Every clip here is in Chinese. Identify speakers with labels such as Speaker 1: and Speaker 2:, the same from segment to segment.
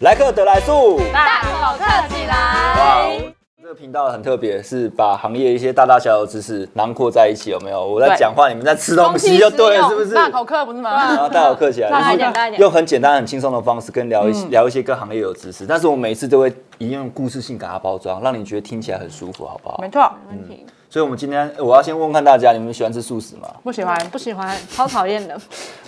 Speaker 1: 来客得来速。
Speaker 2: 大口客起
Speaker 1: 哇
Speaker 2: 来！
Speaker 1: 哦，这个频道很特别，是把行业一些大大小小的知识囊括在一起，有没有？我在
Speaker 3: 对
Speaker 1: 讲话，你们在吃东西就对了，是不是？
Speaker 3: 大口客不是吗？
Speaker 1: 然后大口客起来，
Speaker 2: 大一
Speaker 1: 就
Speaker 2: 点
Speaker 1: 是
Speaker 2: 大一点
Speaker 1: 用很简单、很轻松的方式跟聊一些、聊一些各行业有知识，但是我每一次都会一样用故事性给它包装，让你觉得听起来很舒服，好不好嗯
Speaker 3: 没？错，
Speaker 1: 所以，我们今天我要先问问看大家，你们喜欢吃素食吗？
Speaker 3: 不喜欢，不喜欢，
Speaker 2: 超讨厌的，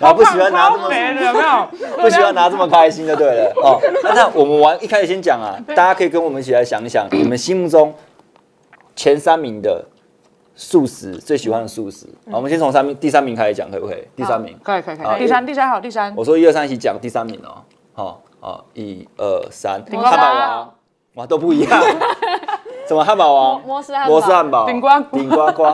Speaker 1: 啊，不喜欢拿这
Speaker 3: 超
Speaker 1: 么
Speaker 3: 肥的，有没有？
Speaker 1: 不喜欢拿这么开心就对了哦。那那我们玩一开始先讲啊，大家可以跟我们一起来想一想，你们心目中前三名的素食最喜欢的素食。好，我们先从三名第三名开始讲，可不可以？第三名，
Speaker 3: 可以可以可
Speaker 1: 好
Speaker 3: 以。第三第三好，第三。
Speaker 1: 我说一二三一起讲第三名哦。好，好，一二三，汉
Speaker 3: 顶呱呱
Speaker 1: 堡王，哇都不一样。什么汉堡王？
Speaker 2: 摩摩斯汉堡
Speaker 1: 摩斯汉堡，
Speaker 3: 顶呱呱
Speaker 1: 顶呱呱，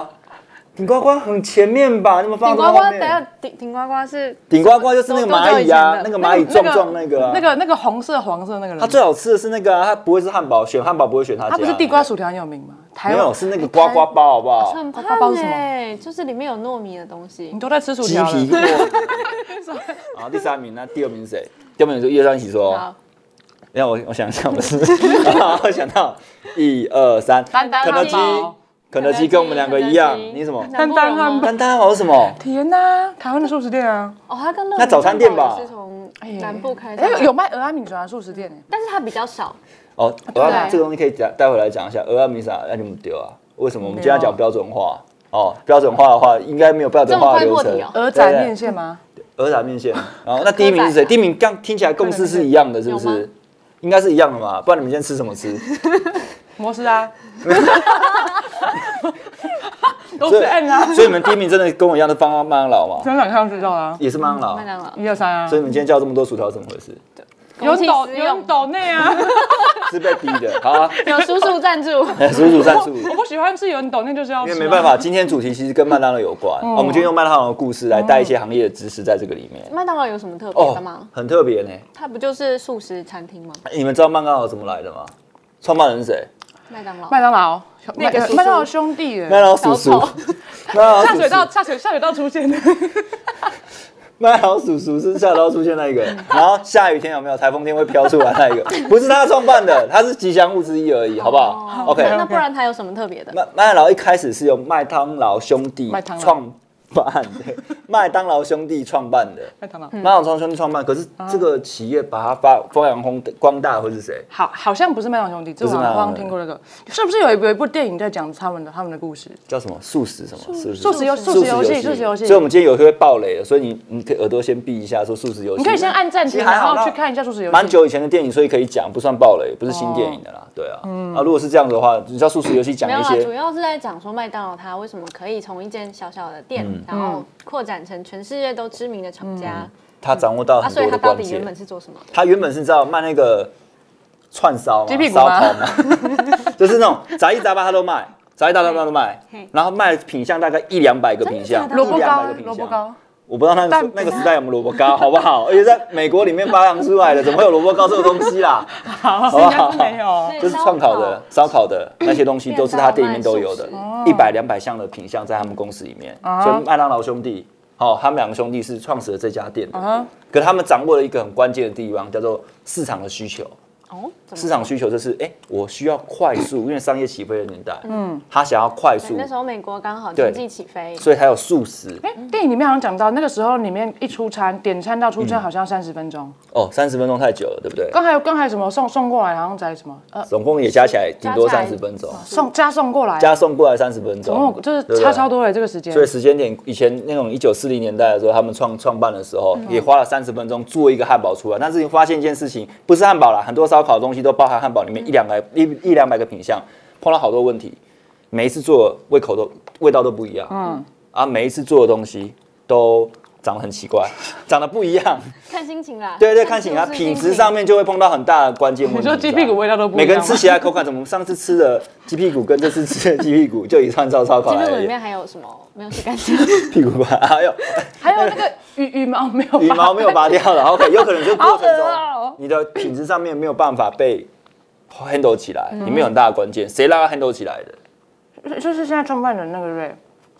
Speaker 1: 顶呱呱很前面吧？你们放
Speaker 2: 顶
Speaker 1: 在
Speaker 2: 呱
Speaker 1: 后
Speaker 2: 呱，等一下
Speaker 1: 面。
Speaker 2: 顶顶呱呱是
Speaker 1: 顶呱呱就是那个
Speaker 2: 多多久
Speaker 1: 蚂
Speaker 2: 以
Speaker 1: 蚁
Speaker 2: 前
Speaker 1: 啊
Speaker 2: 的，
Speaker 1: 那个蚂蚁撞撞那个啊，
Speaker 3: 那个那个红色黄色那个人，
Speaker 1: 他最好吃的是那个、啊，他不会是汉堡，选汉堡不会选他家。
Speaker 3: 他不是地瓜，薯条很有名吗？台
Speaker 1: 没有，
Speaker 3: 湾
Speaker 1: 是那个呱呱包，好不好？
Speaker 2: 很
Speaker 3: 呱
Speaker 2: 胖
Speaker 3: 呱包是什么嗯
Speaker 2: 哎，就是里面有糯米的东西
Speaker 3: 你。都在吃薯
Speaker 1: 鸡
Speaker 3: 条
Speaker 1: 皮
Speaker 3: 了，
Speaker 1: 锅。 好，第三名，那第二名是谁？第二名就一二三一起说哦。
Speaker 2: 好，
Speaker 1: 让我我想一下，我是， 我想到一二三，
Speaker 3: 丹丹
Speaker 1: 肯德基
Speaker 3: 汉堡，
Speaker 1: 肯德基跟我们两个一样，你什么？
Speaker 3: 丹丹汉堡
Speaker 1: 丹丹堡是什么？
Speaker 3: 甜呐，台湾的素食店啊，
Speaker 2: 哦，它跟乐
Speaker 1: 那早餐店吧
Speaker 2: 是从
Speaker 3: 哎
Speaker 2: 南部开始
Speaker 3: 哎，有卖鹅阿米爪的素食店哎，
Speaker 2: 但是它比较少，
Speaker 1: 哦，鹅啊，这个东西可以讲，待会来讲一下。鹅啊，米啥？那你们丢啊？为什么？我们今天要讲标准化哦，标准化的话，应该没有标准化的流程。
Speaker 3: 鹅仔面线吗？
Speaker 1: 鹅仔面线。然后那第一名是谁？第一名刚听起来共识是一样的，是不
Speaker 2: 有
Speaker 1: 是
Speaker 2: 吗？
Speaker 1: 应该是一样的嘛，不然你们今天吃什么 吃？
Speaker 3: 摩 斯啊，都
Speaker 1: 所
Speaker 3: 是
Speaker 1: 以
Speaker 3: N 啊，
Speaker 1: 所以你们第一名真的跟我一样的方方麦当劳 嘛，
Speaker 3: 真想看就知道啦，
Speaker 1: 也是麦当劳
Speaker 2: 麦。当劳
Speaker 3: 啊一二三啊
Speaker 1: 所以，你们今天叫这么多薯条怎么回事？
Speaker 3: 有
Speaker 2: 公
Speaker 3: 人
Speaker 2: 器
Speaker 3: 抖
Speaker 2: 私
Speaker 3: 有
Speaker 2: 用
Speaker 3: 人抖内啊，
Speaker 1: 是被逼的。好 啊，
Speaker 2: 有叔叔赞 助，
Speaker 1: 数数算数。
Speaker 3: 我不喜欢吃有人抖内就是要
Speaker 1: 因为
Speaker 3: 吃啊，
Speaker 1: 没办法，今天主题其实跟麦当劳有关。哦我们今天用麦当劳的故事来带一些行业的知识在这个里面。
Speaker 2: 麦当劳有什么特别
Speaker 1: 哦
Speaker 2: 的吗？，
Speaker 1: 很特别呢。
Speaker 2: 它不就是素食餐厅吗？
Speaker 1: 你们知道麦当劳怎么来的吗？创办人是谁？
Speaker 2: 麦当劳。
Speaker 3: 麦当劳，麦
Speaker 2: 那
Speaker 3: 呃
Speaker 2: 个叔叔
Speaker 3: 麦当劳兄弟哎，
Speaker 1: 麦当劳叔叔
Speaker 2: 小丑。
Speaker 1: 麦当劳
Speaker 3: 下
Speaker 1: 叔
Speaker 3: 水
Speaker 1: 叔
Speaker 3: 道。下水下水道出 现的，
Speaker 1: 麦当劳叔叔是下楼出现那一
Speaker 3: 嗯
Speaker 1: 个，然后下雨天有没有台风天会飘出来那一个？ 不是他创办的，他是吉祥物之一而
Speaker 3: 哦
Speaker 1: 已，好不好？OK，
Speaker 2: 那不然它有什么特别的？
Speaker 1: 麦麦当劳一开始是由麦当劳兄弟
Speaker 3: 麦当劳
Speaker 1: 创办的， 麦当劳兄弟创办的，
Speaker 3: 麦当劳。
Speaker 1: 麦当劳兄弟创办，可是这个企业把它发发扬光光大会是谁？
Speaker 3: 好，好像不是麦当劳兄弟，这
Speaker 1: 不是
Speaker 3: 我好
Speaker 1: 麦当劳
Speaker 3: 像听过那个，是不是有一有一部电影在讲他们的他们的故事？
Speaker 1: 叫什么素食什么素食
Speaker 3: 素食游素食游戏，素食游戏。
Speaker 1: 所以我们今天有些会爆雷的，所以你你可以耳朵先闭一下，说素食游戏。
Speaker 3: 你可以先按暂停，
Speaker 1: 其实还
Speaker 3: 然
Speaker 1: 好
Speaker 3: 后去看一下素食游戏。
Speaker 1: 蛮久以前的电影，所以可以讲，不算爆雷，不是新电影的啦。对啊，啊，如果是这样子的话，你知道素食游戏讲
Speaker 2: 没有
Speaker 1: 一
Speaker 2: 啦，主
Speaker 1: 些，
Speaker 2: 要是在讲说麦当劳它为什么可以从一间小小的店，
Speaker 1: 嗯
Speaker 2: 然后扩展成全世界都知名的厂家、
Speaker 1: 他掌握到
Speaker 2: 啊，
Speaker 1: 嗯很
Speaker 2: 所以
Speaker 1: 多
Speaker 2: 它
Speaker 1: 的
Speaker 2: 到
Speaker 1: 关
Speaker 2: 底
Speaker 1: 键
Speaker 2: 原。本是做什么的？
Speaker 1: 他原本是知道卖那个串烧
Speaker 3: 鸡
Speaker 1: 嘛，
Speaker 3: 屁股
Speaker 1: 烧
Speaker 3: 吗
Speaker 1: 烤嘛，就是那种杂一杂八他都卖，杂一杂八他都卖
Speaker 2: 嘿，
Speaker 1: 然后卖品相大概一两百个品相，
Speaker 2: 真的假的
Speaker 3: 萝卜
Speaker 1: 一两百
Speaker 3: 糕
Speaker 1: 个，品
Speaker 3: 萝卜
Speaker 1: 相。
Speaker 3: 糕，
Speaker 1: 我不知道那
Speaker 3: 蛋
Speaker 1: 个那个时代有没有萝卜糕，好不好？而且在美国里面发扬出来的，怎么会有萝卜糕这个东西啦？
Speaker 3: 好，
Speaker 1: 不好
Speaker 3: 应该是没有。
Speaker 1: 就是串烤的、烧烤的
Speaker 2: 嗯
Speaker 1: 那些东西，都是他店里面都有的
Speaker 2: 便，
Speaker 3: 哦
Speaker 1: 一百两百项的品相在他们公司里面。
Speaker 3: 啊
Speaker 1: 所以麦当劳兄弟，哦，他们两个兄弟是创始了这家店的，
Speaker 3: 啊，
Speaker 1: 可他们掌握了一个很关键的地方，叫做市场的需求。
Speaker 2: 哦，怎么
Speaker 1: 市场需求就是，哎，我需要快速，因为商业起飞的年代，嗯，他想要快速，
Speaker 2: 那时候美国刚好
Speaker 1: 对
Speaker 2: 经济起飞，
Speaker 1: 所以还有素食
Speaker 3: 哎， 电影里面好像讲到，那个时候里面一出餐，点餐到出
Speaker 1: 嗯
Speaker 3: 餐好像三十分钟。
Speaker 1: 哦，三十分钟太久了，对不对？
Speaker 3: 刚才刚才什么送送过来，好像才什么呃
Speaker 1: 总共也加起来顶多
Speaker 2: 加
Speaker 1: 三
Speaker 2: 起
Speaker 1: 十
Speaker 2: 来
Speaker 1: 分钟，
Speaker 3: 送加送过来，
Speaker 1: 加送过来三十分
Speaker 3: 哦
Speaker 1: 钟，
Speaker 3: 就是
Speaker 1: 对不
Speaker 3: 差
Speaker 1: 对
Speaker 3: 超多了这个时间
Speaker 1: 所。以时间点，以前那种一九四零年代的时候，他们创创办的时
Speaker 3: 嗯
Speaker 1: 候，也花了三十分钟做一个汉堡出来。但是你发现一件事情，不是汉堡啦，很多烧烤的东西都包含汉堡里
Speaker 3: 嗯
Speaker 1: 面一两百一一两百个品相，碰到好多问题，每一次做胃口都味道都不一样，嗯，啊，每一次做的东西都长得很奇 怪，长得不一样，
Speaker 2: 看心情啦。
Speaker 1: 对对，看起来
Speaker 2: 是不是
Speaker 1: 品
Speaker 2: 心
Speaker 1: 质上面就会碰到很大的关键问题。
Speaker 3: 你说鸡屁股味道都不一样吗
Speaker 1: 每个人吃起来口感怎么？上次吃的鸡屁股跟这次吃的鸡屁股就以串烧烧烤
Speaker 2: 鸡
Speaker 1: 来
Speaker 2: 屁股
Speaker 1: 而
Speaker 2: 里
Speaker 1: 已，
Speaker 2: 面还有什么没 有洗干净？
Speaker 1: 屁股吧，哎还有
Speaker 3: 还有那个羽羽毛没有拔
Speaker 1: 羽毛没有拔掉了，OK，有可能这个过程中
Speaker 3: 好恶哦
Speaker 1: 你的品质上面没有办法被 handle 起来，
Speaker 3: 嗯
Speaker 1: 里面有很大的关键，谁让它 handle 起来的？
Speaker 3: 就是现在创办人那个瑞，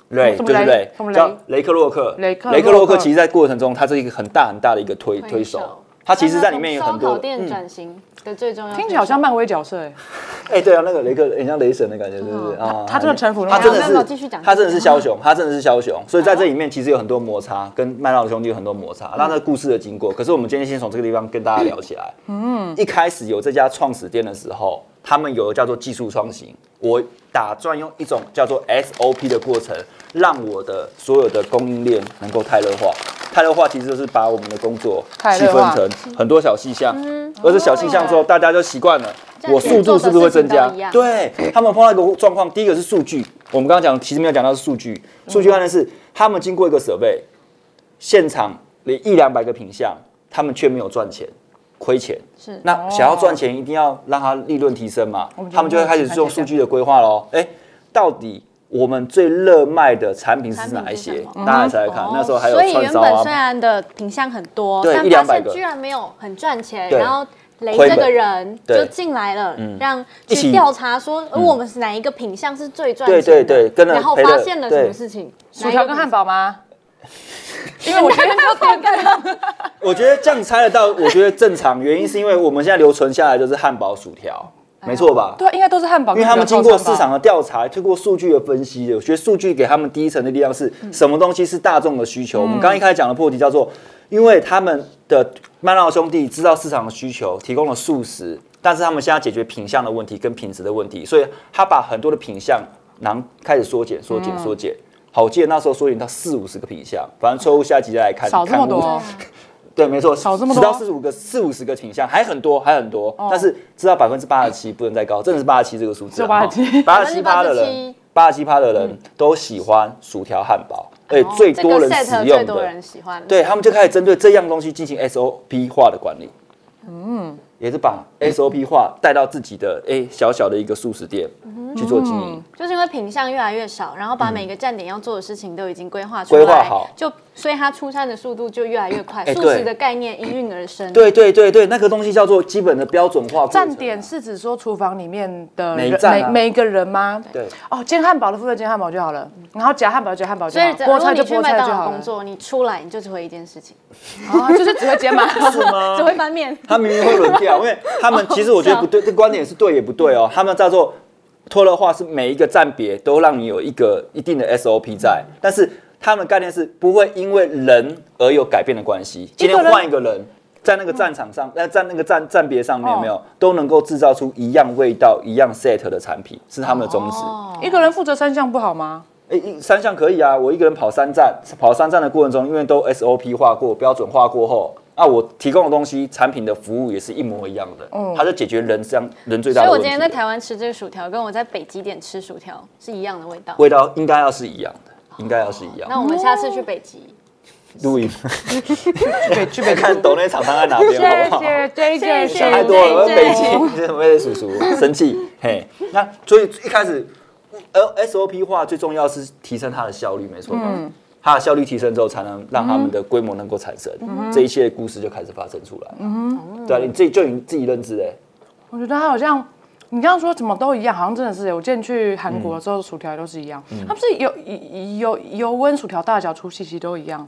Speaker 1: 对，
Speaker 3: 怎
Speaker 1: 就
Speaker 3: 么
Speaker 1: 是
Speaker 3: 雷
Speaker 1: 对
Speaker 3: 怎么，雷
Speaker 1: 叫雷克洛克，
Speaker 3: 雷克洛克
Speaker 1: 雷克洛克其实在过程中，它是一个很大很大的一个推推
Speaker 2: 推
Speaker 1: 手
Speaker 2: 手，
Speaker 1: 它其实在里面有很
Speaker 2: 烧烤
Speaker 1: 多，嗯
Speaker 2: 店转型的最重要，
Speaker 3: 听起来好像漫威角色哎，
Speaker 1: 哎、对啊，那个雷克很像雷神的感觉，是不是啊？
Speaker 3: 哦他他真的臣服了
Speaker 1: 他
Speaker 3: 吗
Speaker 1: 真的
Speaker 2: 好那我继
Speaker 1: 是
Speaker 2: 续讲，
Speaker 1: 他真的是枭雄，他真的是枭雄。所以在这里面其实有很多摩擦，跟麦当劳兄弟有很多摩擦。那那个故事的经过，可是我们今天先从这个地方跟大家聊起来。嗯，一开始有这家创始店的时候，他们有叫做技术创新，我打算用一种叫做 SOP 的过程，让我的所有的供应链能够泰勒化。泰勒化其实就是把我们的工作
Speaker 3: 泰
Speaker 1: 细
Speaker 3: 勒
Speaker 1: 分
Speaker 3: 化哦
Speaker 1: 成很多小细项，
Speaker 2: 嗯
Speaker 1: 而这小细项之后，大家就习惯了。
Speaker 2: 这样
Speaker 1: 我速度是不是会增
Speaker 2: 做的
Speaker 1: 加
Speaker 2: 事情都一？样
Speaker 1: 对他们碰到一个状况，第一个是数据，我们刚刚讲其实没有讲到是数据，
Speaker 2: 嗯
Speaker 1: 数据案的是他们经过一个设备，现场连一两百个品项，他们却没有赚钱，亏钱。
Speaker 2: 是哦
Speaker 1: 那想要赚钱，一定要让它利润提升嘛
Speaker 3: 我们，就
Speaker 1: 他们就会开始用数据的规划喽。哎，到底我们最热卖的产品是哪一
Speaker 2: 产
Speaker 1: 些
Speaker 2: 品是？什么哦
Speaker 1: 大家才来看，啊那时候还有
Speaker 2: 所以
Speaker 1: 串
Speaker 2: 原
Speaker 1: 烧
Speaker 2: 本
Speaker 1: 啊
Speaker 2: 虽，然的品相很多，
Speaker 1: 对
Speaker 2: 但
Speaker 1: 100
Speaker 2: 发现
Speaker 1: 个
Speaker 2: 居然没有很赚钱，
Speaker 1: 对
Speaker 2: 然后雷
Speaker 1: 亏
Speaker 2: 这个
Speaker 1: 本
Speaker 2: 人就
Speaker 1: 对嗯
Speaker 2: 进来了，让
Speaker 1: 一
Speaker 2: 去
Speaker 1: 起
Speaker 2: 调查说呃我们是哪一个品相是最赚钱
Speaker 1: 对对
Speaker 2: 的，
Speaker 1: 对跟着
Speaker 2: 然后
Speaker 1: 赔了
Speaker 2: 发现了什么
Speaker 1: 对
Speaker 2: 事情，
Speaker 3: 薯条跟汉
Speaker 2: 堡，
Speaker 3: 堡吗？因为我今天就点干
Speaker 1: 我觉得这样猜得到，我觉得正常。原因是因为我们现在留存下来就是汉堡、薯条，
Speaker 2: 哎
Speaker 1: 没错吧？
Speaker 3: 对，应该都是汉堡，
Speaker 1: 因为他们经过市场的调查，经过数据的分析的，我觉得数据给他们第一层的力量是
Speaker 3: 嗯
Speaker 1: 什么东西是大众的需求。我们刚一开始讲的破题叫做，因为他们的麦当劳兄弟知道市场的需求，提供了素食，但是他们现在解决品相的问题跟品质的问题，所以他把很多的品相囊开始缩减、缩
Speaker 3: 嗯
Speaker 1: 减、缩减。好，我记得那时候缩减到四五十个品相，反正错误下一集再来看。
Speaker 3: 少这么
Speaker 1: 看我
Speaker 3: 多，
Speaker 1: 对，没错，
Speaker 3: 少这么
Speaker 1: 10
Speaker 3: 多哦
Speaker 1: 到四十五个、四五十个倾向，还很多，还很多，但是知道百分之八十七不能再高，真的是八十七这个数字啊，
Speaker 3: 只有87
Speaker 1: 八十七趴的人
Speaker 2: 87，
Speaker 1: 八十七趴的
Speaker 3: 嗯
Speaker 1: 人都喜欢薯条汉堡，
Speaker 3: 哦
Speaker 1: 而且最多人
Speaker 2: 这个
Speaker 1: 使
Speaker 2: set
Speaker 1: 用
Speaker 2: 最多
Speaker 1: 的，
Speaker 2: 人喜欢，
Speaker 1: 对他们就开始针对这样东西进行 SOP 化的管理，嗯，也是把 SOP 化带到自己的哎小小的一个素食店
Speaker 3: 嗯
Speaker 1: 去做经营，
Speaker 2: 就是因为品相越来越少，然后把每个站点要做的事情都已经规划出来，
Speaker 1: 嗯规划好
Speaker 2: 就所以它出餐的速度就越来越快，
Speaker 1: 哎
Speaker 2: 素
Speaker 1: 对
Speaker 2: 食的概念应运而生。，
Speaker 1: 对对对对，那个东西叫做基本的标准化过程
Speaker 3: 站点是指说厨房里面的
Speaker 1: 每一
Speaker 3: 人
Speaker 1: 站
Speaker 3: 每
Speaker 1: 啊
Speaker 3: 每一个人吗？
Speaker 1: 对
Speaker 3: 哦，煎汉堡的负责煎汉堡就好了，然后夹汉堡就夹汉堡就
Speaker 2: 所
Speaker 3: 好
Speaker 2: 以
Speaker 3: 了，
Speaker 2: 只如
Speaker 3: 菠
Speaker 2: 果
Speaker 3: 菜
Speaker 2: 你
Speaker 3: 就
Speaker 2: 去
Speaker 3: 菠
Speaker 2: 麦
Speaker 3: 菜
Speaker 2: 当
Speaker 3: 就
Speaker 2: 劳
Speaker 3: 好
Speaker 2: 工
Speaker 3: 了。
Speaker 2: 作，你出来你就只会一件事情，
Speaker 3: 啊，就是只会煎嘛，
Speaker 1: 是吗？
Speaker 2: 只会翻面。
Speaker 1: 他明明会轮调，因为他们其实我觉得不 对，这观点是对也不对哦。他们叫做脱的话是每一个站别都让你有一个一定的 SOP 在，
Speaker 3: 嗯
Speaker 1: 但是他们的概念是不会因为人而有改变的关系。今天
Speaker 3: 一个人
Speaker 1: 换一个人。在那个战场上，呃，在那个站站别上面，
Speaker 3: 哦
Speaker 1: 有没有都能够制造出一样味道、一样 set 的产品，是他们的宗旨。
Speaker 2: 哦，
Speaker 3: 一个人负责三项不好吗？
Speaker 1: 哎、一三项可以啊，我一个人跑三站，跑三站的过程中，因为都 SOP 化过、标准化过后，那、我提供的东西、产品的服务也是一模一样的，
Speaker 3: 嗯
Speaker 1: 它就解决人这样人最大
Speaker 2: 所以
Speaker 1: 的
Speaker 2: 我
Speaker 1: 问
Speaker 2: 今
Speaker 1: 题
Speaker 2: 天在台湾吃这个薯条，跟我在北极点吃薯条是一样的味道。
Speaker 1: 味道应该要是一样的，应该要是一样的。
Speaker 2: 那我们下次去北极，
Speaker 1: 录影
Speaker 3: 去北去北京
Speaker 1: 看抖内厂商在哪边，好不好？
Speaker 3: J
Speaker 2: 谢谢
Speaker 1: 想太多了，我们北京这位叔 叔生气，嘿，那所以一开始，呃，SOP 化最重要是提升它的效率，没错吧？它的效率提升之后，才能让他们的规模能够产生，这一切的故事就开始发生出来。嗯，对啊，你自己就你自己认知欸嘞，
Speaker 3: 我觉得他好像。你这样说怎么都一样，好像真的是耶。我之前去韩国的时候，薯条也都是一样，
Speaker 1: 嗯
Speaker 3: 他们是油油油温薯条大小粗细其实都一样。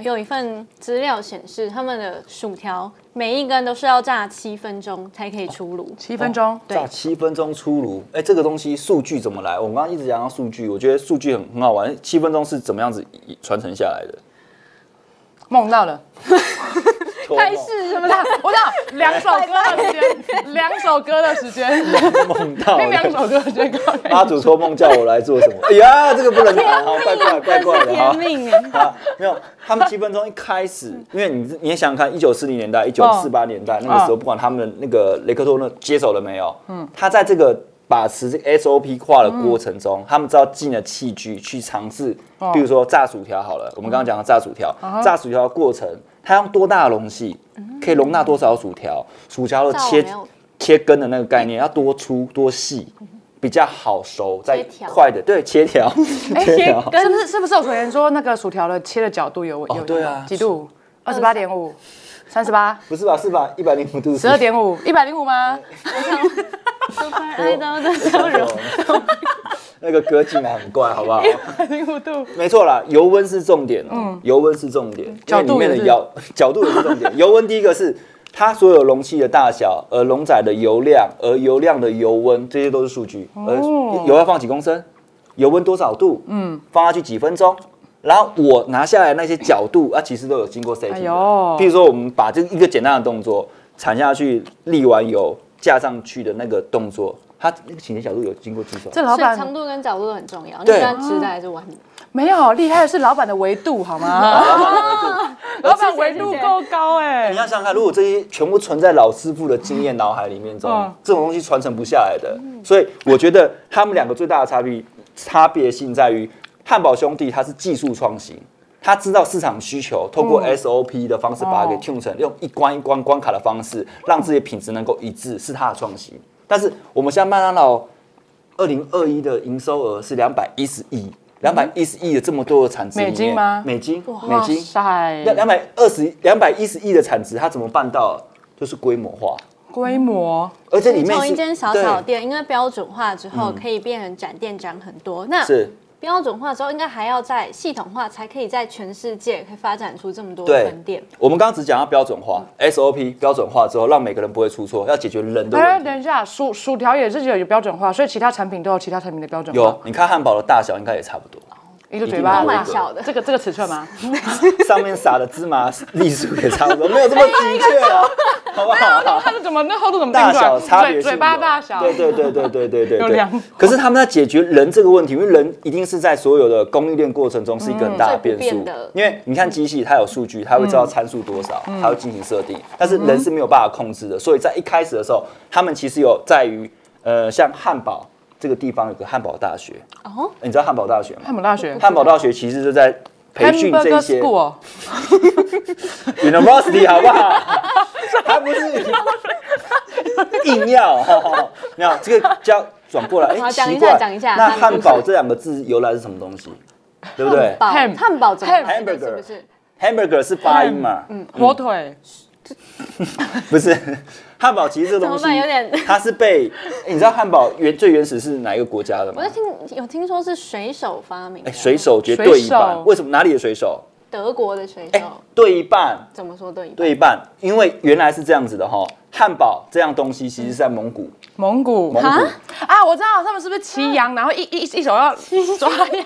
Speaker 2: 有一份资料显示，他们的薯条每一根都是要炸七分钟才可以出炉。
Speaker 3: 七分钟，
Speaker 1: 炸七分钟出炉，哎，这个东西数据怎么来？我们刚刚一直讲到数据，我觉得数据很很好玩，七分钟是怎么样子传承下来 的？
Speaker 3: 梦到了。
Speaker 2: 开始什么的，
Speaker 3: 我知道两首歌的时间，两首歌的 时间，
Speaker 1: 梦到了
Speaker 3: 那两首歌的时间刚好
Speaker 1: 妈祖托梦叫我来做什么？哎呀，这个不能谈，好，怪怪怪怪的，好
Speaker 2: 天。命 啊！
Speaker 1: 啊，没有，他们七分钟一开始，
Speaker 3: 嗯
Speaker 1: 因为你你也想想看，一九四零年代、
Speaker 3: 哦
Speaker 1: 一九四八年代那个时候，不管他们那个雷克托那接手了没有，
Speaker 3: 嗯
Speaker 1: 他在这个把持这个 SOP 化的过程中，他们知道进了器具去尝试，
Speaker 3: 哦
Speaker 1: 比如说炸薯条好了，我们刚刚讲的炸薯条，
Speaker 3: 嗯 Uh-huh
Speaker 1: 炸薯条的过程，它用多大的容器，可以容纳多少薯条，薯条的
Speaker 2: 炸我
Speaker 1: 切
Speaker 2: 没有
Speaker 1: 切根的那个概念要多粗多细。
Speaker 3: 嗯
Speaker 1: 比较好熟，再
Speaker 2: 条
Speaker 1: 快的对切条，
Speaker 3: 哎，
Speaker 1: 切
Speaker 3: 切
Speaker 1: 条，
Speaker 3: 跟是不是是不是有传言说那个薯条的切的角度有有
Speaker 1: 对啊
Speaker 3: 几度？二十八点五，三十 八，
Speaker 1: 不是吧？是吧？一百零五度，
Speaker 3: 十二点五，一百零五吗？
Speaker 1: 哎
Speaker 3: 哦
Speaker 2: Super Idol 的笑容，
Speaker 1: 那个歌进来很怪，好不
Speaker 3: 哎
Speaker 1: 好？
Speaker 3: 零五度，
Speaker 1: 没错啦，油温是重点哦，油温是重点，因
Speaker 3: 嗯角
Speaker 1: 为
Speaker 3: 度
Speaker 1: 里面的
Speaker 3: 也是
Speaker 1: 摇 角度也是重点。油温第一个是它所有容器的大小，而容载的油量，而油量的油温，这些都是数据。
Speaker 3: 哦
Speaker 1: 而油要放几公升，油温多少度，嗯，放下去几分钟。然后我拿下来那些角度啊，其实都有经过 setting 的。
Speaker 3: 哎呦
Speaker 1: 譬如说，我们把这一个简单的动作铲下去，沥完油架上去的那个动作，它那个倾斜角度有经过计算。
Speaker 3: 这老
Speaker 2: 所以长
Speaker 3: 板
Speaker 2: 度跟角度都很重要，你
Speaker 1: 对
Speaker 2: 喜欢直的还是弯的？
Speaker 3: 没有厉害的是老板的维度好 吗？ 老板维度够高哎
Speaker 1: 你，要想想看，如果这些全部存在老师傅的经验脑海里面中，
Speaker 3: 嗯
Speaker 1: 这种东西传承不下来的。所以我觉得他们两个最大的差别差别性在于，汉堡兄弟他是技术创新。他知道市场需求，透
Speaker 3: 嗯
Speaker 1: 过 SOP 的方式把它给
Speaker 3: 哦
Speaker 1: tune 成，用一关一关关卡的方式，让自己的品质能够一致，是他的创新。但是我们现在麦当劳二零二一的营收额是两百一十亿，两百一十亿的这么多的产值里面
Speaker 3: 美金吗
Speaker 1: 美金，美
Speaker 3: 哇
Speaker 1: 金，
Speaker 3: 塞，
Speaker 1: 两两百二十两百一十亿的产值，它怎么办到？就是规模化，
Speaker 3: 规模
Speaker 1: 而且里面
Speaker 2: 从
Speaker 1: 是
Speaker 2: 一间小小
Speaker 1: 对
Speaker 2: 的
Speaker 1: 嗯
Speaker 2: 店，因为标准化之后，可以变成展店展很多。那
Speaker 1: 是
Speaker 2: 标准化之后，应该还要在系统化，才可以在全世界可以发展出这么多
Speaker 1: 对
Speaker 2: 分店。
Speaker 1: 我们刚刚只讲到标准化 SOP 标准化之后，让每个人不会出错，要解决人的
Speaker 3: 哎，
Speaker 1: 问题。
Speaker 3: 等一下，薯薯条也自己有标准化，所以其他产品都有其他产品的标准化
Speaker 1: 有，。你看汉堡的大小应该也差不多，
Speaker 3: 一个
Speaker 1: 一
Speaker 3: 嘴
Speaker 1: 定
Speaker 3: 巴
Speaker 1: 都
Speaker 2: 蛮小的
Speaker 3: 这个这个尺寸 吗？
Speaker 1: 上面撒的芝麻 粒数也差不多，没有这
Speaker 2: 哎
Speaker 1: 么精确啊，好不好？
Speaker 3: 它是怎么那厚度怎么
Speaker 1: 大
Speaker 3: 定出
Speaker 1: 小
Speaker 3: 来？
Speaker 1: 差别
Speaker 3: 嘴
Speaker 1: 性
Speaker 3: 嘴巴
Speaker 1: 有
Speaker 3: 大小，
Speaker 1: 对对对对对对对
Speaker 3: 有
Speaker 1: 对
Speaker 3: 量。
Speaker 1: 可是他们在解决人这个问题，因为人一定是在所有的供应链过程中是一个很大的
Speaker 2: 嗯
Speaker 1: 变
Speaker 2: 最不
Speaker 1: 数
Speaker 2: 变的，
Speaker 1: 因为你看机器它有数据，它会知
Speaker 3: 嗯
Speaker 1: 道参数多少，它会进行设定，但是人是没有办法控制的，所以在一开始的时候，他们其实有在于呃，像汉堡这个地方有个汉堡大学，
Speaker 2: 哦，
Speaker 1: 你知道汉堡大学吗？
Speaker 3: 汉堡大学
Speaker 1: 汉堡大学其实就在培训这
Speaker 3: Hamburger
Speaker 1: 些
Speaker 3: School
Speaker 1: University 好不好？他不 是硬要， 没有这个叫转过来，哎，
Speaker 2: 好讲一
Speaker 1: 奇
Speaker 2: 下
Speaker 1: 怪，
Speaker 2: 讲一下
Speaker 1: 那
Speaker 2: 他
Speaker 1: 汉
Speaker 2: 们
Speaker 1: 堡
Speaker 2: 就是
Speaker 1: 这两个字由来是什么东西？对不对
Speaker 2: 堡
Speaker 3: Ham
Speaker 2: 汉堡怎么来
Speaker 1: Hamburger
Speaker 2: 的？是不是？
Speaker 1: ？Hamburger 是发音嘛？嗯，
Speaker 3: 火腿，
Speaker 1: 不是。 汉堡其实这个
Speaker 2: 嗯怎
Speaker 1: 东
Speaker 2: 么
Speaker 1: 西
Speaker 2: 办？有点，
Speaker 1: 它是被哎你知道汉堡原最原始是哪一个国家的
Speaker 2: 我
Speaker 1: 吗
Speaker 2: 在？听有听说是水手发明
Speaker 1: 哎，
Speaker 2: 的，
Speaker 1: 水手绝对一
Speaker 3: 水
Speaker 1: 半
Speaker 3: 手，
Speaker 1: 为什么哪里的水手？
Speaker 2: 德国的水
Speaker 1: 哎
Speaker 2: 手，
Speaker 1: 对一半，
Speaker 2: 怎么说对？
Speaker 1: 对一半，因为原来是这样子的哈。汉堡这样东西其实是在蒙古，
Speaker 3: 蒙古
Speaker 1: 蒙古
Speaker 3: 啊，我知道他们是不是骑羊，然后一一一手要抓羊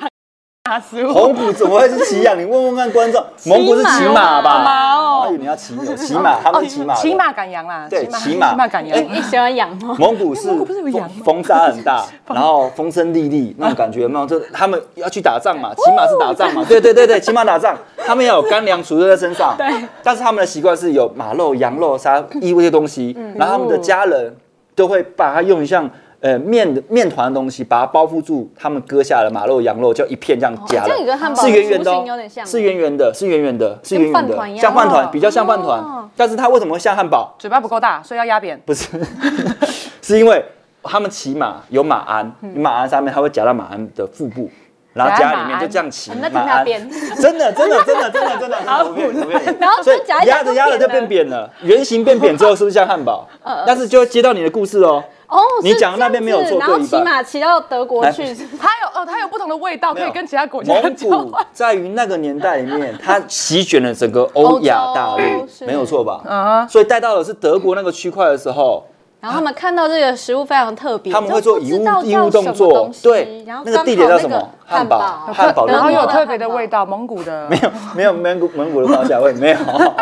Speaker 3: 拿食物，
Speaker 1: 蒙古怎么会是骑羊？你问问看观众，蒙古是骑马
Speaker 3: 骑马
Speaker 1: 吧？
Speaker 3: 哦
Speaker 1: 哎，你要骑牛，骑马，他们是骑马的，
Speaker 3: 骑马赶羊啦，
Speaker 1: 对骑
Speaker 3: 骑
Speaker 1: 马
Speaker 3: 马骑马赶羊
Speaker 1: 哎。
Speaker 2: 你喜欢养吗？
Speaker 1: 蒙古是
Speaker 3: 蒙古不是有羊吗
Speaker 1: 风风沙很 大，然后风声历历那种感觉，有没有？就他们要去打仗
Speaker 2: 哦
Speaker 1: 嘛，骑马是打 仗嘛，对对对对，骑马打仗，他们要有干粮储备在身上。对，但是他们的习惯是有马肉、羊肉、沙衣物这些东西，
Speaker 2: 嗯
Speaker 1: 然后他们的家人都会把它用像呃面的面团的东西把它包覆住，他们割下了马肉、羊肉，就一片这样夹
Speaker 2: 哦这
Speaker 1: 了
Speaker 2: 样，有个汉堡
Speaker 1: 是圆圆的
Speaker 2: 雏
Speaker 1: 哦
Speaker 2: 形有点像，
Speaker 1: 是圆圆的，是圆圆的，是圆圆
Speaker 2: 跟
Speaker 1: 的
Speaker 2: 饭团一，样
Speaker 1: 像饭团
Speaker 3: 哦
Speaker 1: 比较像饭团
Speaker 2: 哦，
Speaker 1: 但是它为什么会像汉堡？
Speaker 3: 嘴巴不够大，所以要压扁。
Speaker 1: 不是， 是因为他们骑马有马鞍，马鞍上面它会夹到马鞍的腹部，然后夹里面就这样骑
Speaker 2: 我
Speaker 1: 马
Speaker 2: 们在听他
Speaker 1: 鞍。
Speaker 2: 编，
Speaker 1: 真的，真的，真的，真的，真的，我骗你我骗你
Speaker 2: 然后
Speaker 1: 所以
Speaker 2: 就夹一
Speaker 1: 压
Speaker 2: 夹
Speaker 1: 着
Speaker 2: 就
Speaker 1: 压着就变
Speaker 2: 变
Speaker 1: 扁了，圆形变扁之后是不是像汉堡？但是就会接到你的故事哦。
Speaker 2: 哦，是
Speaker 1: 你讲的
Speaker 2: 这
Speaker 1: 那
Speaker 2: 样
Speaker 1: 边没有
Speaker 2: 子
Speaker 1: 错
Speaker 2: 然后
Speaker 1: 对一哎
Speaker 2: 骑
Speaker 1: 半
Speaker 2: 马骑到德国
Speaker 1: 来
Speaker 2: 去，
Speaker 3: 它有哦，它有不同的味道，可以跟其他国家
Speaker 1: 蒙
Speaker 3: 交换
Speaker 1: 古在于那个年代里面，它席卷了整个欧亚大
Speaker 2: 欧
Speaker 1: 陆
Speaker 2: 洲，是
Speaker 1: 没有错吧？
Speaker 3: 啊，
Speaker 1: 所以带到的是德国那个区块的时候，
Speaker 2: 然后他们看到这个食物非常特别，
Speaker 1: 他们会做遗
Speaker 2: 就
Speaker 1: 物
Speaker 2: 不知道
Speaker 1: 遗物
Speaker 2: 叫什
Speaker 1: 动
Speaker 2: 么
Speaker 1: 作
Speaker 2: 东，西
Speaker 1: 对，
Speaker 2: 然后
Speaker 1: 那个地点叫什么？汉堡，
Speaker 2: 堡，
Speaker 1: 汉堡的
Speaker 3: 然后
Speaker 1: 地
Speaker 3: 又
Speaker 1: 方
Speaker 3: 有特别的味道，蒙古的没有
Speaker 1: 没有蒙古蒙古的花香味，没 有。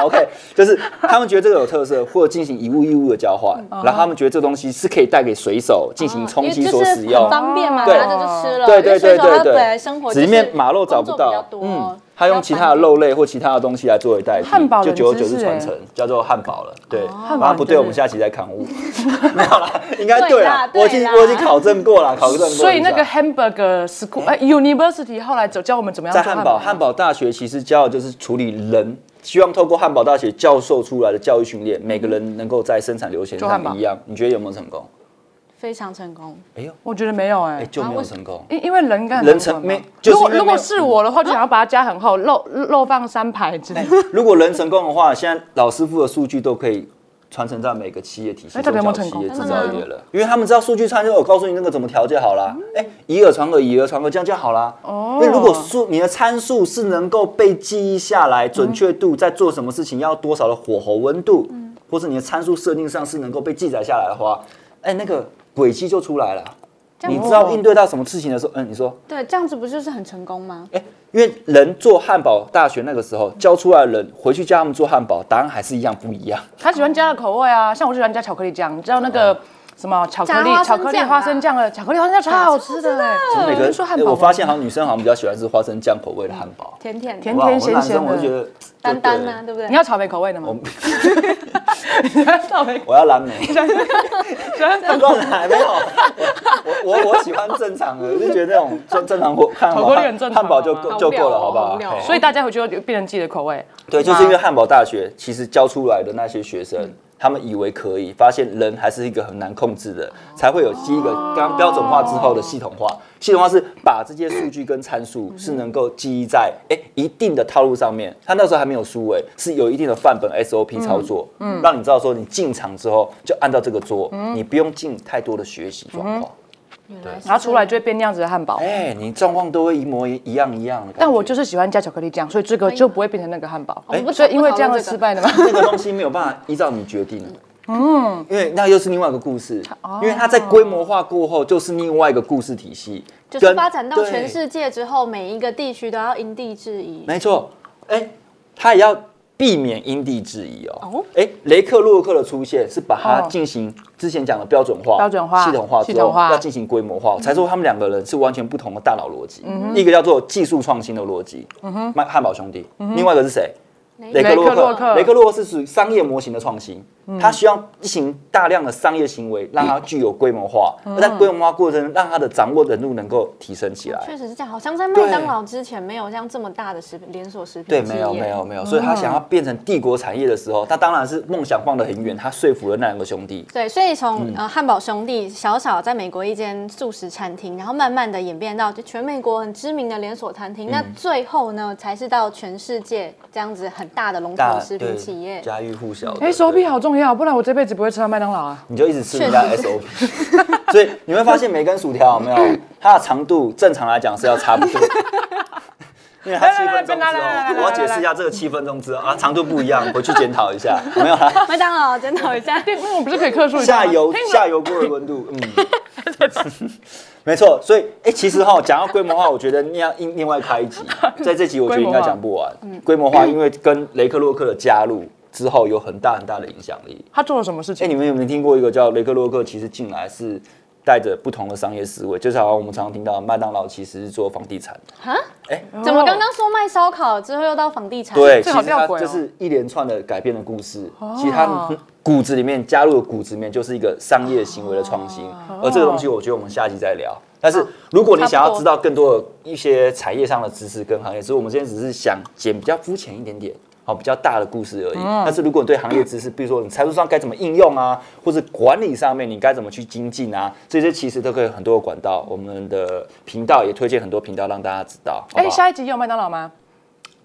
Speaker 1: OK，就是他们觉得这个有特色，或者进行以物易物的交换，然后他们觉得这东西是可以带给水手进行充
Speaker 2: 嗯哦因
Speaker 1: 气
Speaker 2: 为
Speaker 1: 所
Speaker 2: 就是
Speaker 1: 使用
Speaker 2: 很。方便嘛，
Speaker 1: 对
Speaker 2: 拿着就吃了。
Speaker 1: 对对对
Speaker 2: 因为水手
Speaker 1: 对
Speaker 2: 他
Speaker 1: 对，
Speaker 2: 本来生活
Speaker 1: 只
Speaker 2: 就是
Speaker 1: 里面马肉找不
Speaker 2: 工作比较
Speaker 1: 到，
Speaker 2: 多
Speaker 1: 嗯，他用其他的
Speaker 2: 比较
Speaker 1: 肉类或其他的东西来作为代替，
Speaker 3: 汉堡
Speaker 1: 就
Speaker 3: 冷
Speaker 1: 久而
Speaker 3: 知
Speaker 1: 久之
Speaker 3: 识
Speaker 1: 传
Speaker 3: 欸
Speaker 1: 承，叫做汉堡了。对，
Speaker 2: 哦
Speaker 3: 汉
Speaker 1: 然
Speaker 3: 堡
Speaker 1: 后不对，
Speaker 3: 冷知识
Speaker 1: 我们下期再刊物。 没有啦，应该
Speaker 2: 对
Speaker 1: 对啦
Speaker 2: 啦，
Speaker 1: 我已经
Speaker 2: 对啦
Speaker 1: 我已经考证过了，考证过一下。
Speaker 3: 所以那个 Hamburger School 哎 University 后来走教我们怎么样
Speaker 1: 在
Speaker 3: 做
Speaker 1: 汉
Speaker 3: 汉
Speaker 1: 堡
Speaker 3: 堡，
Speaker 1: 汉堡大学其实教的就是处理人，希望透过汉堡大学教授出来的教育训练，每个人能够在生产流程
Speaker 3: 做汉
Speaker 1: 上
Speaker 3: 堡
Speaker 1: 一样。你觉得有没有成功？
Speaker 2: 非常成功。
Speaker 1: 哎呦，
Speaker 3: 我觉得没有哎
Speaker 1: 哎，就没
Speaker 2: 啊
Speaker 1: 有
Speaker 2: 为什
Speaker 1: 成功。
Speaker 3: 因因为人干
Speaker 1: 人成没就是
Speaker 3: 如果
Speaker 1: 因为没有
Speaker 3: 如果是我的话，就想要把它加很厚，肉肉放三排之类的。
Speaker 1: 如果人成功的话，现在老师傅的数据都可以传承在每个企业体系、
Speaker 3: 哎
Speaker 1: 中
Speaker 3: 到底有没
Speaker 1: 小
Speaker 3: 有
Speaker 1: 企
Speaker 3: 成功
Speaker 1: 业、制
Speaker 2: 真的
Speaker 1: 造
Speaker 2: 吗
Speaker 1: 业了，因为他们知道数据差，就我告诉你那个怎么调节好
Speaker 3: 嗯
Speaker 1: 啦。哎，以耳传耳，以耳传耳，这样就好啦。哦，那如果数你的参数是能够被记忆下来，准确度在做什么事情要多少的火候温度，
Speaker 3: 嗯
Speaker 1: 或是你的参数设定上是能够被记载下来的话，哎，那个轨迹就出来了。你知
Speaker 3: 哦
Speaker 1: 道应对到什么事情的时候，嗯，你说。
Speaker 2: 对，这样子不就是很成功吗？
Speaker 1: 哎，因为人做汉堡大学那个时候教出来的人，回去教他们做汉堡，答案还是一样不一样。
Speaker 3: 他喜欢加的口味啊，像我喜欢加巧克力酱，你知道那个什么巧克力
Speaker 2: 加花生
Speaker 3: 巧克力
Speaker 2: 酱啊
Speaker 3: 花生酱的巧克力花生酱超好吃的欸，
Speaker 1: 每个
Speaker 3: 跟你说汉堡
Speaker 1: 哎
Speaker 3: 吗
Speaker 1: 我发现好像女生好像比较喜欢吃花生酱口味的汉堡，
Speaker 2: 甜甜的
Speaker 3: 甜
Speaker 1: 哇，我们男
Speaker 3: 咸咸
Speaker 1: 生
Speaker 3: 的
Speaker 1: 我就觉得
Speaker 2: 丹丹啊，
Speaker 1: 就
Speaker 2: 对不对
Speaker 3: 你？要草莓口味的吗？你要草莓
Speaker 1: 对我要蓝 莓，
Speaker 3: 喜欢
Speaker 1: 不过还没有， 我我我我喜欢正常的，我就觉得那种正正常火汉
Speaker 3: 火
Speaker 1: 堡
Speaker 3: 锅店很正常
Speaker 1: 汉
Speaker 3: 啊
Speaker 1: 堡就
Speaker 2: 好
Speaker 1: 够
Speaker 2: 无
Speaker 1: 就够
Speaker 2: 聊
Speaker 1: 了，
Speaker 2: 哦
Speaker 1: 好不
Speaker 2: 好
Speaker 1: 好
Speaker 2: 无聊哦？
Speaker 1: 嘿
Speaker 3: 所以大家回去就变成自己的口味。
Speaker 1: 对，就是因为汉堡大学其实教出来的那些学生，他们以为可以，发现人还是一个很难控制的，才会有第一个刚标准化之后的系统化。系统化是把这些数据跟参数是能够记忆在哎一定的套路上面。他那时候还没有书诶，是有一定的范本
Speaker 3: 嗯
Speaker 1: SOP 操作，让你知道说你进场之后就按照这个做，
Speaker 3: 嗯
Speaker 1: 你不用进太多的学习状况。
Speaker 3: 然后出来就会变那样子的汉堡。
Speaker 1: 哎，你状况都会一模一一样一样的感觉。
Speaker 3: 但我就是喜欢加巧克力酱，所以这个就不会变成那个汉堡。
Speaker 2: 哎
Speaker 3: 所以因为这样
Speaker 2: 不讨论这
Speaker 3: 而
Speaker 2: 个
Speaker 3: 失败的吗？
Speaker 1: 那个东西没有办法依照你决定。嗯，因为那又是另外一个故事，
Speaker 2: 哦
Speaker 1: 因为它在规模化过后就是另外一个故事体系，
Speaker 2: 就是
Speaker 1: 跟
Speaker 2: 发展到全。
Speaker 1: 对
Speaker 2: 世界之后，每一个地区都要因地制宜。
Speaker 1: 没错，哎，它也要避免因地制宜哦
Speaker 2: 哦。
Speaker 1: 哎，雷克洛克的出现是把它
Speaker 3: 哦
Speaker 1: 进行之前讲的标准化、
Speaker 3: 标准化
Speaker 1: 系统化之
Speaker 3: 系
Speaker 1: 后
Speaker 3: 统化
Speaker 1: 要进行规模化，才说他们两个人是完全不同的大脑逻辑，
Speaker 2: 嗯
Speaker 1: 一个叫做技术创新的逻辑，麦汉堡兄弟，
Speaker 2: 嗯
Speaker 1: 另外一个是谁？雷克洛
Speaker 3: 雷克洛
Speaker 1: 克，
Speaker 3: 克
Speaker 1: 雷克洛克是属于商业模型的创新，它需要进行大量的商业行为，让它具有规模化，而在规模化过程中，让它的掌握程度能够提升起来。
Speaker 2: 确实是这样，好像在麦当劳之前没有这样这么大的食品连锁食品
Speaker 1: 对，
Speaker 2: 企业
Speaker 1: 没有没有没有，所以他想要变成帝国产业的时候，他当然是梦想放得很远，他说服了那两个兄弟。
Speaker 2: 对，所以
Speaker 1: 嗯
Speaker 2: 从、呃汉堡兄弟小小在美国一间素食餐厅，然后慢慢的演变到就全美国很知名的连锁餐
Speaker 1: 嗯
Speaker 2: 厅，那最后呢才是到全世界这样子很大的龙头
Speaker 1: 大
Speaker 2: 食品企业。
Speaker 1: 家喻户晓的。
Speaker 3: 哎，SOP
Speaker 1: 对
Speaker 3: 好重要，不然我这辈子不会吃到麦当 劳啊。
Speaker 1: 你就一直吃人家 SOP，所以你会发现每根薯条有没有它的长度，正常来讲是要差不多。因为它七分钟之
Speaker 3: 来来来来来
Speaker 1: 后，我要解释一下这个七分钟之后啊，长度不一样，回去检讨一下，没有啦。
Speaker 2: 麦当劳检讨一下，
Speaker 3: 那我不是可以克数一
Speaker 1: 下
Speaker 3: 下吗？
Speaker 1: 游下游锅的温度，嗯，没错。所以，哎，其实哈，讲到规模化，我觉得那样另另外开一集，在这集我觉得应该讲不完。规模化，因为跟雷克洛克的加入之后，有很大很大的影响力。
Speaker 3: 他做了什么事
Speaker 1: 哎、
Speaker 3: 情？
Speaker 1: 你们有没有听过一个叫雷克洛克？其实进来是带着不同的商业思维，就是好像我们常常听到麦当劳其实是做房地产，哎
Speaker 2: 怎么刚刚说卖烧烤之后又到房地产？
Speaker 1: 对，其
Speaker 3: 这
Speaker 1: 实
Speaker 3: 好
Speaker 1: 它
Speaker 3: 吊诡哦哦
Speaker 1: 就是一连串的改变的故事。其实它骨子里面加入的骨子里面就是一个商业行为的创新，
Speaker 3: 哦
Speaker 1: 而这个东西我觉得我们下集再聊。但是如果你想要知道更多的一些产业上的知识跟行业，所以我们今天只是想捡比较肤浅一点点。好，比较大的故事而已。
Speaker 3: 嗯
Speaker 1: 但是如果你对行业知识，比如说你财务上该怎么应用啊，或者管理上面你该怎么去精进啊，这些其实都可以有很多的管道。我们的频道也推荐很多频道让大家知道。好不
Speaker 3: 哎，
Speaker 1: 好
Speaker 3: 下一集有麦当劳吗？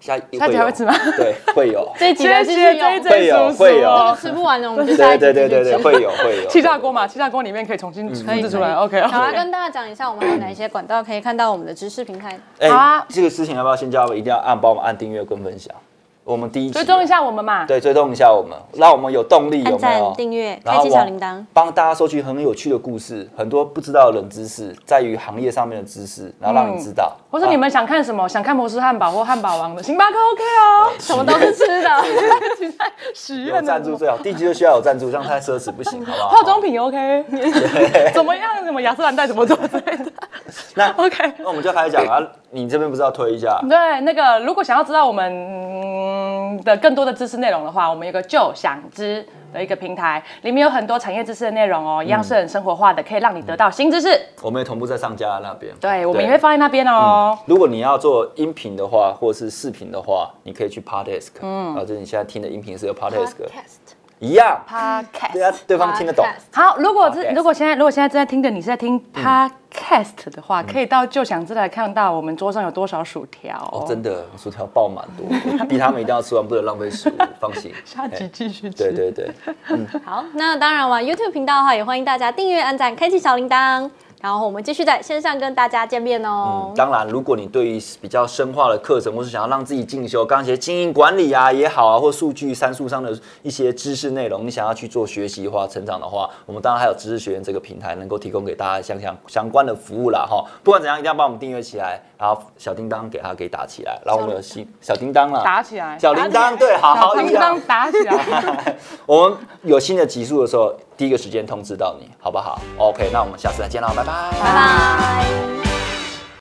Speaker 1: 下
Speaker 3: 下一集还
Speaker 1: 有
Speaker 3: 会吃吗
Speaker 1: 对，会有。
Speaker 2: 这一集的继续
Speaker 3: 这一
Speaker 2: 用，
Speaker 3: 集
Speaker 2: 这
Speaker 1: 会有
Speaker 3: 叔叔
Speaker 1: 会哦有
Speaker 2: 个吃不完了，我们就
Speaker 1: 对
Speaker 2: 下一集
Speaker 1: 对对对
Speaker 2: 继续
Speaker 1: 对，
Speaker 2: 吃
Speaker 1: 会有会有
Speaker 3: 气炸锅嘛，气炸锅里面可以重
Speaker 1: 嗯
Speaker 3: 新复制出来。OK，
Speaker 2: 好啊，跟大家讲一下，我们还有哪一些管道可以看到我们的知识平台？
Speaker 1: 哎、
Speaker 3: 好啊
Speaker 1: 这个事情要不要先教我们？一定要按帮我们按订阅跟分享。我们第一集
Speaker 3: 追踪一，下我们嘛。
Speaker 1: 对，追踪一下我们，让我们有动力，有
Speaker 2: 按
Speaker 1: 没
Speaker 2: 赞
Speaker 1: 有？
Speaker 2: 订阅
Speaker 1: 然后
Speaker 2: 开启小铃铛
Speaker 1: 帮大家收集很有趣的故事，很多不知道的冷知识，在于行业上面的知识，然后让你知道。
Speaker 3: 嗯或者你们想看什么？想看摩斯汉堡或汉堡王的星巴克 OK 哦。
Speaker 1: 什
Speaker 2: 我们都是吃的。
Speaker 3: 许
Speaker 1: 有
Speaker 3: 愿
Speaker 1: 赞
Speaker 3: 的
Speaker 1: 助最好，第一集就需要有赞助，这样太奢侈不行，好不好？
Speaker 3: 化 妆品 OK，怎么样？什么雅诗兰黛怎么做之类的。
Speaker 1: 那
Speaker 3: OK
Speaker 1: 那我们就开始讲啊，你这边不是要推一下？
Speaker 3: 对，那个如果想要知道我们、嗯的更多的知识内容的话，我们有个就想知的一个平台，里面有很多产业知识的内容哦，一样是很生活化的，可以让你得到新知识。
Speaker 1: 我们也同步在上架那边。
Speaker 3: 对，我们也会放在那边哦。
Speaker 1: 如果你要做音频的话，或是视频的话，你可以去 Podesk，嗯，啊，就是你现在听的音频是由 Podesk 一样，
Speaker 3: Podcast
Speaker 1: 对啊，对方听得懂。
Speaker 2: Podcast
Speaker 3: 好，如果
Speaker 1: Podcast 嗯
Speaker 3: 是如果现在如果现在正在听的你是在听 Podcast，、 test 的话，可以到就想知来看到我们桌上有多少薯条、
Speaker 1: 哦，真的薯条爆满多，我逼他们一定要吃完，不能浪费食物，放心。哎
Speaker 3: 下集继续吃。
Speaker 1: 对对对，
Speaker 2: 好，那当然，我们 YouTube 频道的话，也欢迎大家订阅、按赞、开启小铃铛，然后我们继续在线上跟大家见面哦。
Speaker 1: 当然，如果你对于比较深化的课程，或是想要让自己进修，刚才一些经营管理啊也好啊，或数据参数上的一些知识内容，你想要去做学习或成长的话，我们当然还有知识学院这个平台能够提供给大家相相相关的服务啦哈。不管怎样，一定要帮我们订阅起来，然后小叮当给它给打起来，然后我们有新小叮当啦，
Speaker 3: 打起来
Speaker 1: 小铃铛对，好好
Speaker 3: 小铃
Speaker 1: 一样
Speaker 3: 铛打起来。
Speaker 1: 我们有新的集数的时候，第一个时间通知到你，好不好？OK，那我们下次再见啦，拜拜
Speaker 2: 拜拜。